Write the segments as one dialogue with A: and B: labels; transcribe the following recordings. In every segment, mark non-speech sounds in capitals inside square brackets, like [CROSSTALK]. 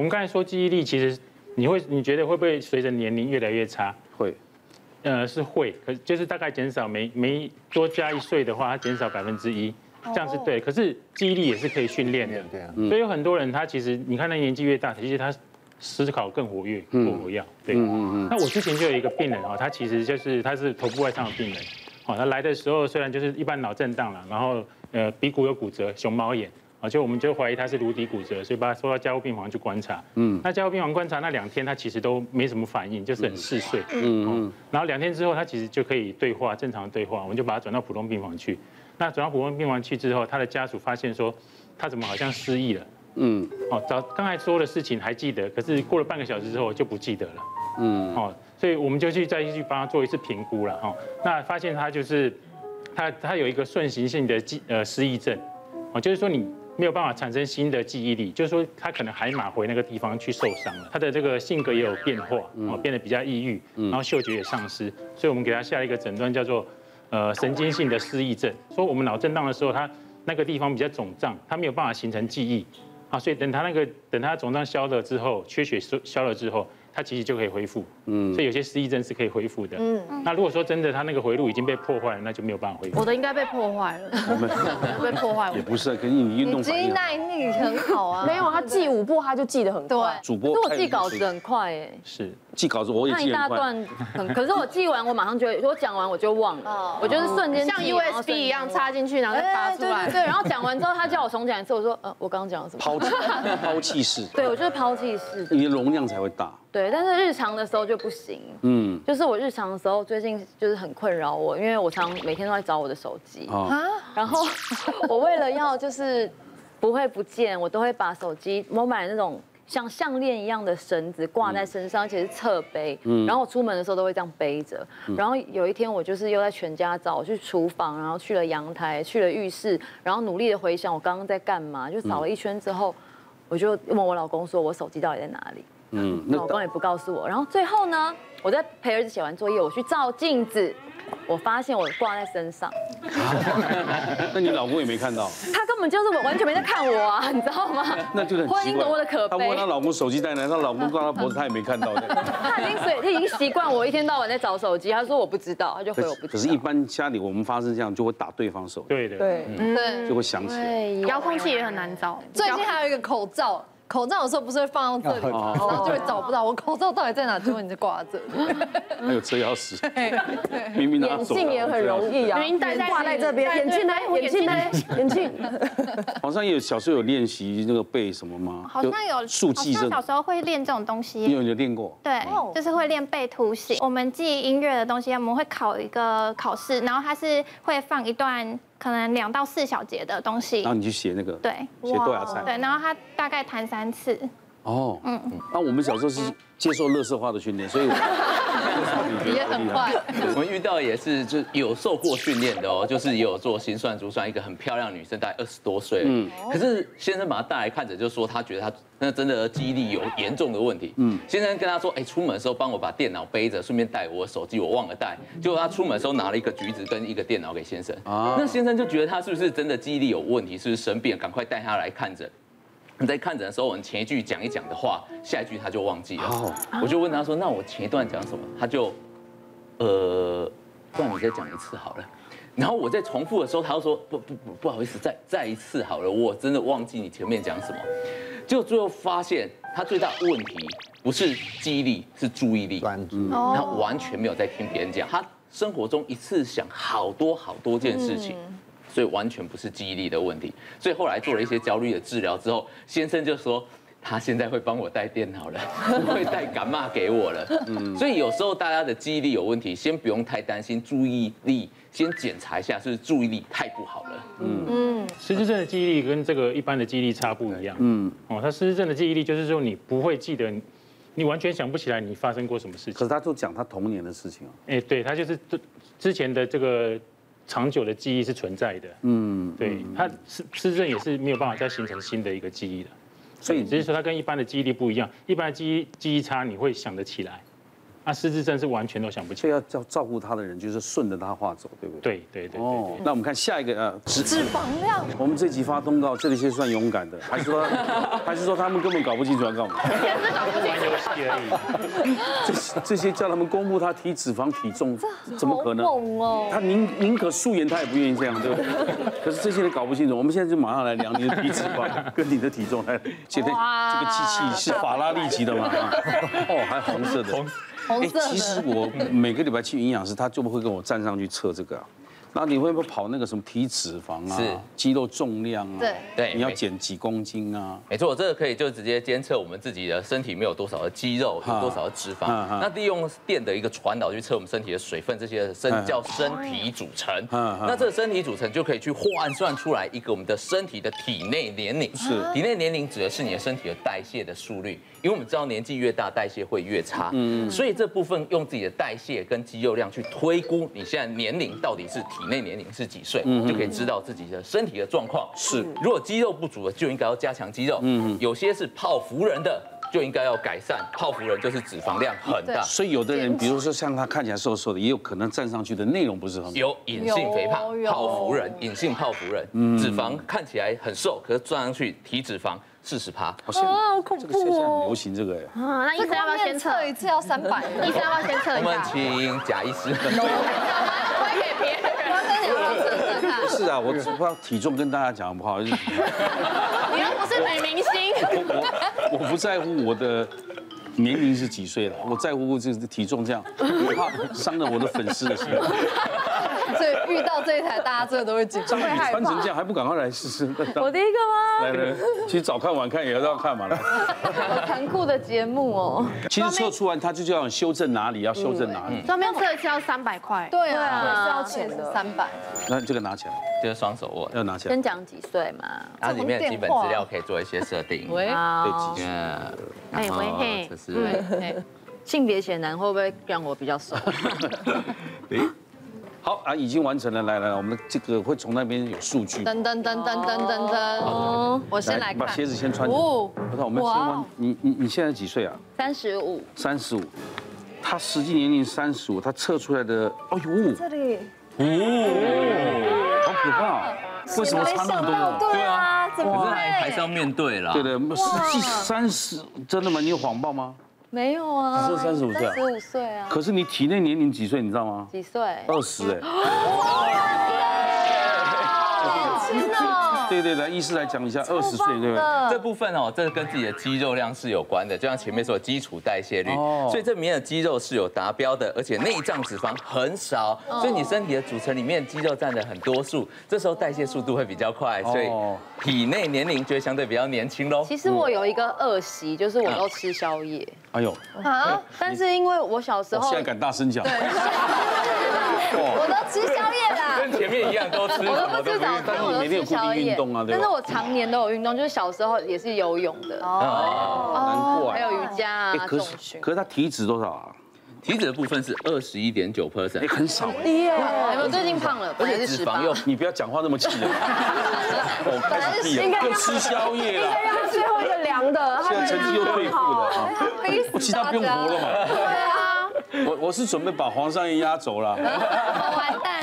A: 们刚才说记忆力，其实你会你觉得会不会随着年龄越来越差？
B: 会，
A: 呃，是会，可就是大概减少每每多加一岁的话，它减少百分之一，这样是对。可是记忆力也是可以训练的，
C: 对啊
A: 所以有很多人他其实你看他年纪越大，其实他思考更活跃，更活跃。对，那我之前就有一个病人哦，他其实就是他是头部外伤的病人，哦，他哦来的时候虽然就是一般脑震荡了，然后呃鼻骨有骨折，熊猫眼。啊，就我们就怀疑他是颅底骨折，所以把他送到加护病房去观察。嗯，那加护病房观察那两天，他其实都没什么反应，就是很嗜睡。嗯嗯。然后两天之后，他其实就可以对话，正常对话，我们就把他转到普通病房去。那转到普通病房去之后，他的家属发现说，他怎么好像失忆了？
B: 嗯，
A: 哦，早刚才说的事情还记得，可是过了半个小时之后就不记得了。嗯，哦，所以我们就去再去帮他做一次评估了哈、哦。那发现他就是他他有一个顺行性的记呃失忆症，哦，就是说你没有办法产生新的记忆力，就是说他可能海马回那个地方去受伤了，他的这个性格也有变化，哦，变得比较抑郁，然后嗅觉也丧失，所以我们给他下一个诊断叫做呃神经性的失忆症，说我们脑震荡的时候，他那个地方比较肿胀，他没有办法形成记忆。啊，所以等他那个等他肿胀消了之后，缺血消消了之后，他其实就可以恢复。嗯，所以有些失忆症是可以恢复的。嗯，那如果说真的他那个回路已经被破坏了，那就没有办法恢复
D: 我。的应该被破坏了，
B: [LAUGHS] 我们
D: 被破坏
B: 也。不是啊，跟你运
E: 你
B: 动
E: 记
B: 反
E: 忆
B: 应啊好。
E: 耐力很好啊，
F: 没有，他记五步他就记得很
E: 对，
F: 快。
B: 主播
C: 可是我
B: 看
C: 记
B: 你的
C: 稿
B: 手
C: 子
B: 机
C: 很快哎，
A: 是，
B: 记稿子，我也
C: 看
B: 记
C: 一
B: 很
C: 大
B: 快。
C: 段很，可是我记完我马上就我讲完我就忘了
E: 哦，
C: 我就是瞬间
D: 像
C: 记然后
D: USB
C: 瞬间
D: 一样
C: 忘
D: 插进去，然后再拔
C: 哎
D: 出来。
C: 对对对，然后讲完之后他叫我重讲一次，我说呃我刚刚讲了什么？
B: 抛
C: [LAUGHS]
B: 弃抛弃式，
C: 对我就是抛弃式的，
B: 你的容量才会大。
C: 对，但是日常的时候就不行。
B: 嗯，
C: 就是我日常的时候，最近就是很困扰我，因为我常每天都在找我的手机，
B: 啊，
C: 然后我为了要就是不会不见，我都会把手机我买那种像项链一样的绳子挂在身上，而且是侧背，然后我出门的时候都会这样背着。然后有一天我就是又在全家找，我去厨房，然后去了阳台，去了浴室，然后努力的回想我刚刚在干嘛，就扫了一圈之后，我就问我老公说我手机到底在哪里。
B: 嗯，
C: 那我
B: 那
C: 公也不告诉我。然后最后呢，我在陪儿子写完作业，我去照镜子，我发现我挂在身上，
B: 那你老公也没看
C: [LAUGHS]
B: 到，
C: 他根本就是我完全没在看我啊， [LAUGHS] 你知道吗？
B: 那就很
C: 婚
B: 奇
C: 姻
B: 怪。
C: 多么的可
B: 她问
C: 悲
B: 她。老公手机在哪，她老公挂她脖子，她也没看到。
C: [LAUGHS] 他已经所以他已经习惯我一天到晚在找手机，他说我不知道，他就回
B: 可
C: 我
B: 是
C: 不
B: 可
C: 知
B: 是，一
C: 道。
B: 般家里我们发生这样，就会打对方手，
A: 对的。
F: 对，
E: 对。
B: 就会想起来。
C: 对
D: 遥控器也很难找，
E: 最近还有一个口罩，口罩有时候不是会放到这
B: 啊
E: 里吗，然后就会找不到我口罩到底在哪，结果你就挂着。
B: 还有哎车钥
C: [LAUGHS]
B: 匙，明明拿
F: 眼
B: 走了
F: 镜也很容易啊，
D: 明明戴在
F: 挂在这边，
D: 戴
F: 眼镜呢？眼镜呢？
C: [LAUGHS]
F: 眼镜。
B: 皇上也有小时候有练习那个背什么吗？
G: 好像有
B: 就速记
G: 好
B: 这
G: 像小
B: 个，
G: 时候会练这种东
B: 你
G: 西。
B: 有有练过？
G: 对，就是会练背图形。我们记音乐的东西，我们会考一个考试，然后它是会放一段可能两到四小节的东西
B: 然。后你去写那个，
G: 对
B: 写豆芽菜。
G: 对，然后它大概弹三次。
B: 哦，嗯，那我们小时候是接受乐色化的训练，所以我
E: [LAUGHS] 也很快。
H: 我们遇到也是，就是有受过训练的哦，就是也有做心算珠算，一个很漂亮的女生，大概二十多岁，嗯，可是先生把她带来看着，就说她觉得她那真的记忆力有严重的问题，嗯，先生跟她说，哎，出门的时候帮我把电脑背着，顺便带我手机，我忘了带，结果她出门的时候拿了一个橘子跟一个电脑给先生，
B: 啊
H: 啊，那先生就觉得她是不是真的记忆力有问题，是不是生病了，赶快带她来看诊。你在看诊的时候，我们前一句讲一讲的话，下一句他就忘记
B: 哦
H: 了。我就问他说：“那我前一段讲什么？”他就呃，不然你再讲一次好了。然后我在重复的时候，他又说不不不，不好意思，再再一次好了，我真的忘记你前面讲什么。就最后发现他最大的问题不是记忆力，是注意力，
C: 专
H: 注，他完全没有在听别人讲，他生活中一次想好多好多件事情。所以完全不是记忆力的问题，所以后来做了一些焦虑的治疗之后，先生就说他现在会帮我带电脑了， [LAUGHS] 不会带干妈给我了。嗯，所以有时候大家的记忆力有问题，先不用太担心，注意力先检查一下，是不是注意力太不好了。
A: 失智症的记忆力跟这个一般的记忆力差不一样。嗯，哦，他失智症的记忆力就是说你不会记得，你完全想不起来你发生过什么事
B: 可
A: 情。
B: 是他就讲他童年的事情啊，
A: 哎，对，他就是之之前的这个长久的记忆是存在的。嗯，对，他失失智症也是没有办法再形成新的一个记忆的。
B: 所以
A: 只是说它跟一般的记忆力不一样，一般的记忆记忆差你会想得起来，那失智症是完全都想不起
B: 所
A: 来。
B: 以要照照顾他的人就是顺着他话走，对不对？
A: 对对对对
B: 哦
A: 对，
B: 那我们看下一个呃，脂
E: 脂肪量，
B: 我们这集发通告，这些算勇敢的，还是说还是说他们根本搞不清楚要干嘛？
A: 玩游戏而已。
B: [LAUGHS] 这些这些叫他们公布他体脂肪体重，怎么可能？
E: 好猛哦
B: 他宁宁可素颜，他也不愿意这样，对不
E: [LAUGHS]
B: 对？可是这些人搞不清楚，我们现在就马上来量你的体脂肪跟你的体重来，现在这个机器是法拉利级的
E: [LAUGHS]
B: 嘛？啊哦，还红色的，红色。其实我每个礼拜去营养师，他就会跟我站上去测这个啊。那你会不会跑那个什么体脂肪啊
H: 是、
B: 肌肉重量啊？
E: 对
H: 对
B: 你要
H: 没
B: 减几公斤啊？
H: 没错，这个可以就直接监测我们自己的身体里面有多少的肌肉，有多少的脂肪
B: 啊啊。
H: 那利用电的一个传导去测我们身体的水分，这些身叫身体组成。
B: 啊啊
H: 那这个身体组成就可以去换算出来一个我们的身体的体内年龄。
B: 是
H: 体内年龄指的是你的身体的代谢的速率，因为我们知道年纪越大代谢会越差，嗯，所以这部分用自己的代谢跟肌肉量去推估你现在年龄到底是体内年龄是几岁，就可以知道自己的身体的状况。
B: 嗯是
H: 如果肌肉不足的，就应该要加强肌肉。嗯，有些是泡芙人的，就应该要改善。泡芙人就是脂肪量很大，
B: 所以有的人，比如说像他看起来瘦瘦的，也有可能站上去的内容不是很好。
H: 有隐性肥胖
E: 有有
H: 泡芙人，隐性泡芙人，脂肪看起来很瘦，可是转上去体脂肪四十趴。
B: 好像好恐怖现在很流行这个哎。
D: 啊，那医
E: 这
D: 生要不要
E: 光
D: 先
E: 面
D: 测
E: 测？一次要三百，
D: 医生要不要先测
H: 我
D: 一
H: 们
D: 下？
H: 请贾医
E: [LAUGHS]
H: 师。
E: 推给别人，我真的要不要测测看？
B: 是啊，我只不知道体重跟大家讲好不好， [LAUGHS] 就是
D: 你又不是女明
E: [LAUGHS]
D: 星，
B: 我不在乎我的年龄是几岁了，我在乎这个体重这样，我怕伤了我的粉丝的心。
E: 所
B: [LAUGHS]
E: 以遇到这一台，大家真的都会紧张
B: 张宇。穿成这样还不赶快来试试？
C: 我第一个吗？
B: 来来，其实早看晚看也要要看嘛。来
C: 好残酷的节目哦，
B: 其实测出完他就叫你修正哪里，要修正哪里，
D: 专门测一次要三百块。
E: 对啊，
C: 对
E: 是
C: 啊
E: 要钱的三百，
B: 那这个拿起来，
H: 就是双手握，
B: 要拿起来
C: 先。讲几岁嘛？
H: 然后里面的基本资料可以做一些设定。
C: 喂，啊
H: 对，几然
D: 哎喂
H: 后
D: 嘿
H: 这是
C: 性别显男会不会让我比较熟？
B: 好啊，已经完成了。来来，来我们这个会从那边有数据。
E: 噔噔噔噔噔噔噔，哦我先来
B: 你把
E: 看。
B: 鞋子先穿。
E: 哦
B: 哦，不是，我们先
E: 哇
B: 问
E: 哦
B: 你，你你现在几岁啊？
C: 三十五，
B: 三十五，他实际年龄三十五，他测出来的，哎呦，
F: 这里
B: 好可怕、哦！为什么差那么多？
F: 对啊，怎么
H: 可是
F: 会？
H: 还还是要面对啦。
B: 对，对，实际三十，真的吗？你有谎报吗？
C: 没有啊，
B: 你是35岁啊
C: 三十五岁啊，
B: 可是你体内年龄几岁，你知道吗？
C: 几岁？
B: 二十哎。对对对，医师来讲一下，二十岁对不对？
H: 这部分哦，这跟自己的肌肉量是有关的，就像前面说的基础代谢率
B: 哦，
H: 所以这里面的肌肉是有达标的，而且内脏脂肪很少，
C: 哦
H: 所以你身体的组成里面肌肉占了很多数，这时候代谢速度会比较快，所以
B: 哦
H: 体内年龄就会相对比较年轻喽。
C: 其实我有一个恶习，就是我都吃宵夜，
B: 哎呦，
E: 啊
C: 但是因为我小时
B: 我
C: 候
B: 现在哦敢大声讲，
C: [LAUGHS]
E: 我都吃宵
B: [LAUGHS]
E: 夜啦。
H: 跟前面一样都吃什
C: 我都
H: 么
C: 不
H: 都
C: 吃
H: 不
C: 早
H: 用。
C: 餐，我都吃宵夜。
B: 啊
C: 但是我常年都有运动，就是小时候也是游泳的，
B: 难怪。
C: 还有瑜
B: 哎
C: 伽啊、
B: 可
C: 重
B: 是
C: 训。
B: 可是他体脂多少啊？
H: 体脂的部分是二十一点九 percent
B: 哎，。很少哎。
C: 你们最近胖了，本来是十
H: 脂
C: 八
H: 肪，又
B: 你不要讲话那么气
F: [LAUGHS]
B: 人，我开始气了，又吃宵夜了，
F: 他最后一个量的，他
B: [LAUGHS] 现在成绩又退步了啊！我其他不用活啊了嘛。对啊，我我是准备把黄尚燕压走了。
G: 完蛋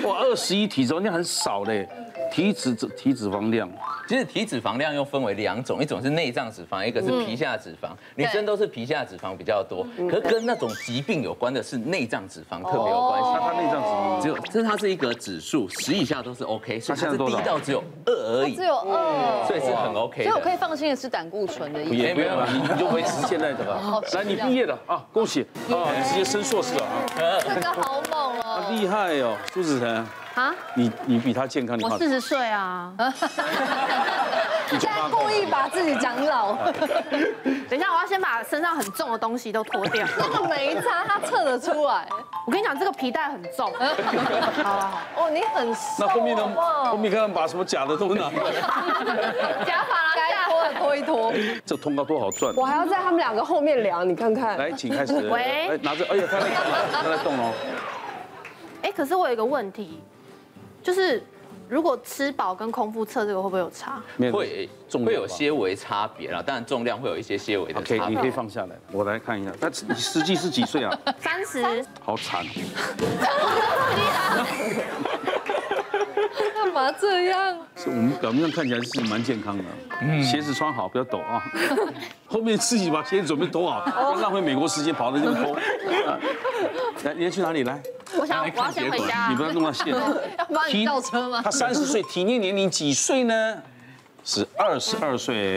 B: [LAUGHS] 我二十一体重量很少嘞，体脂体脂肪
F: 哦
B: 量
H: 其实体脂肪量又分为两种，一种是内脏脂肪，一个
C: 嗯
H: 是皮下脂肪。女生都是皮下脂肪比较多，可跟那种疾病有关的是内脏脂肪特别有关
C: 哦
H: 系。
B: 他内脏脂肪
H: 只有，这它是一个指数，十以下都是 OK，所以它
B: 它现在
H: 是
B: 多
H: 低
B: 少
H: 到只有二而已
C: 哦
E: 只，有二，
H: 所以是很 OK
C: 所以我可以
H: 的。
C: 放心的吃胆固醇的意思。
B: 也不用了，
H: 啊
B: 你你就维持现在的
C: 哦
B: 吧。来，你毕业了啊，恭喜啊，你直接升硕士了啊，
E: 这个好
B: [LAUGHS]
E: 猛哦！
B: 厉害哦，朱子成啊，你你比他健康，你
D: 我
B: 怕
D: 四十岁啊，
E: 现在故意把自己讲老，嗯
D: 等一下我要先把身上很重的东西都脱
E: [LAUGHS]
D: 掉。
E: 这个没差，他测得出来。
D: 我跟你讲，这个皮带很重。
E: 嗯
D: 好了好，
E: 哦，你很瘦
B: [LAUGHS] 那
F: [LAUGHS]
B: 后面呢
E: 好不？好
B: 后面看看把什么假的都拿 [LAUGHS] 过来。
E: 假发该脱的脱一脱。
B: 这通告多好赚！
F: 我还要在他们两个后面量，你看看。
B: 来，请开始。
D: 喂
B: 来拿着，哎呀，他哦在动了，他在动了。
D: 哎，可是我有一个问题，就是如果吃饱跟空腹测这个会不会有差？
B: 面对
H: [LAUGHS] 会
B: 重量吧
H: 会有些微差别啦，当然重量会有一些些微的
B: 可以
H: 差，
B: 你
H: 别
B: 可。以放下来。我来看一下，那你实际是几岁啊？
G: 三十
B: [LAUGHS] 好惨，
E: 干嘛这样？
B: 是我们表面上看起来是蛮健康的，鞋子穿好，不要抖啊。 [LAUGHS] 后面自己把鞋子准备抖好，
D: 哦
B: 不要浪费美国时间跑到这
D: [LAUGHS]
B: 边偷。啊来，你要去哪里？来，
D: 我想我要先回家
B: [LAUGHS] 你。不要弄到线。
E: 要帮你倒车吗？
B: 他三十岁，体内年龄几岁呢？哦是二十二岁。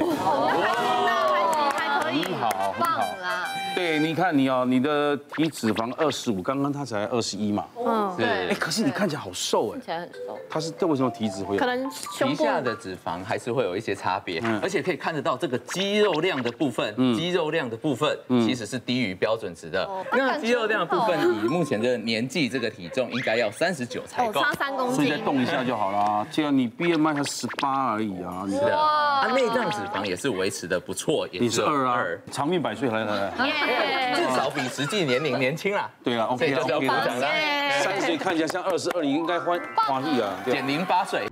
D: 还可以
B: 很好，很好。
E: 啦，
B: 对，你看你哦，你的体脂肪二十五，刚刚他才二十一嘛。
D: 嗯，
B: 哎，
H: 是
B: 可是你看起来好瘦哎
C: 看，起来很瘦。
B: 他是为什么体脂会有
D: 可？能
H: 皮
D: 胸部
H: 下的脂肪还是会有一些差别
B: 嗯，
H: 而且可以看得到这个肌肉量的部分，肌肉量的部分
B: 嗯
H: 其实是低于标准值的。
C: 哦
H: 那肌肉量的部分，
C: 啊
H: 以目前的年纪这个体重，应该要三十九才
D: 哦
H: 够。
D: 差三公
B: 所以再
D: 斤，
B: 动一下就好了啊。这样你 BMI 才十八而已啊，你
H: 是的，啊，内脏脂肪也是维持的不错，也
B: 你是
H: 有
B: 二啊，长命百岁，来来来，
H: [LAUGHS] 至少比实际年龄年轻啦。
B: 对了
H: 所以
B: ，OK 了
H: 就是要鼓
B: ，OK
H: 掌
B: 了。
H: 啦，
B: 三十岁看起来像二十二，你应该欢欢喜啊。对啊
H: 减零八岁。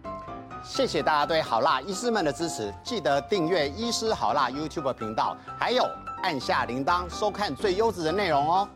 I: 谢谢大家对好辣医师们的支持，记得订阅医师好辣 YouTube 频道，还有按下铃铛收看最优质的内容哦。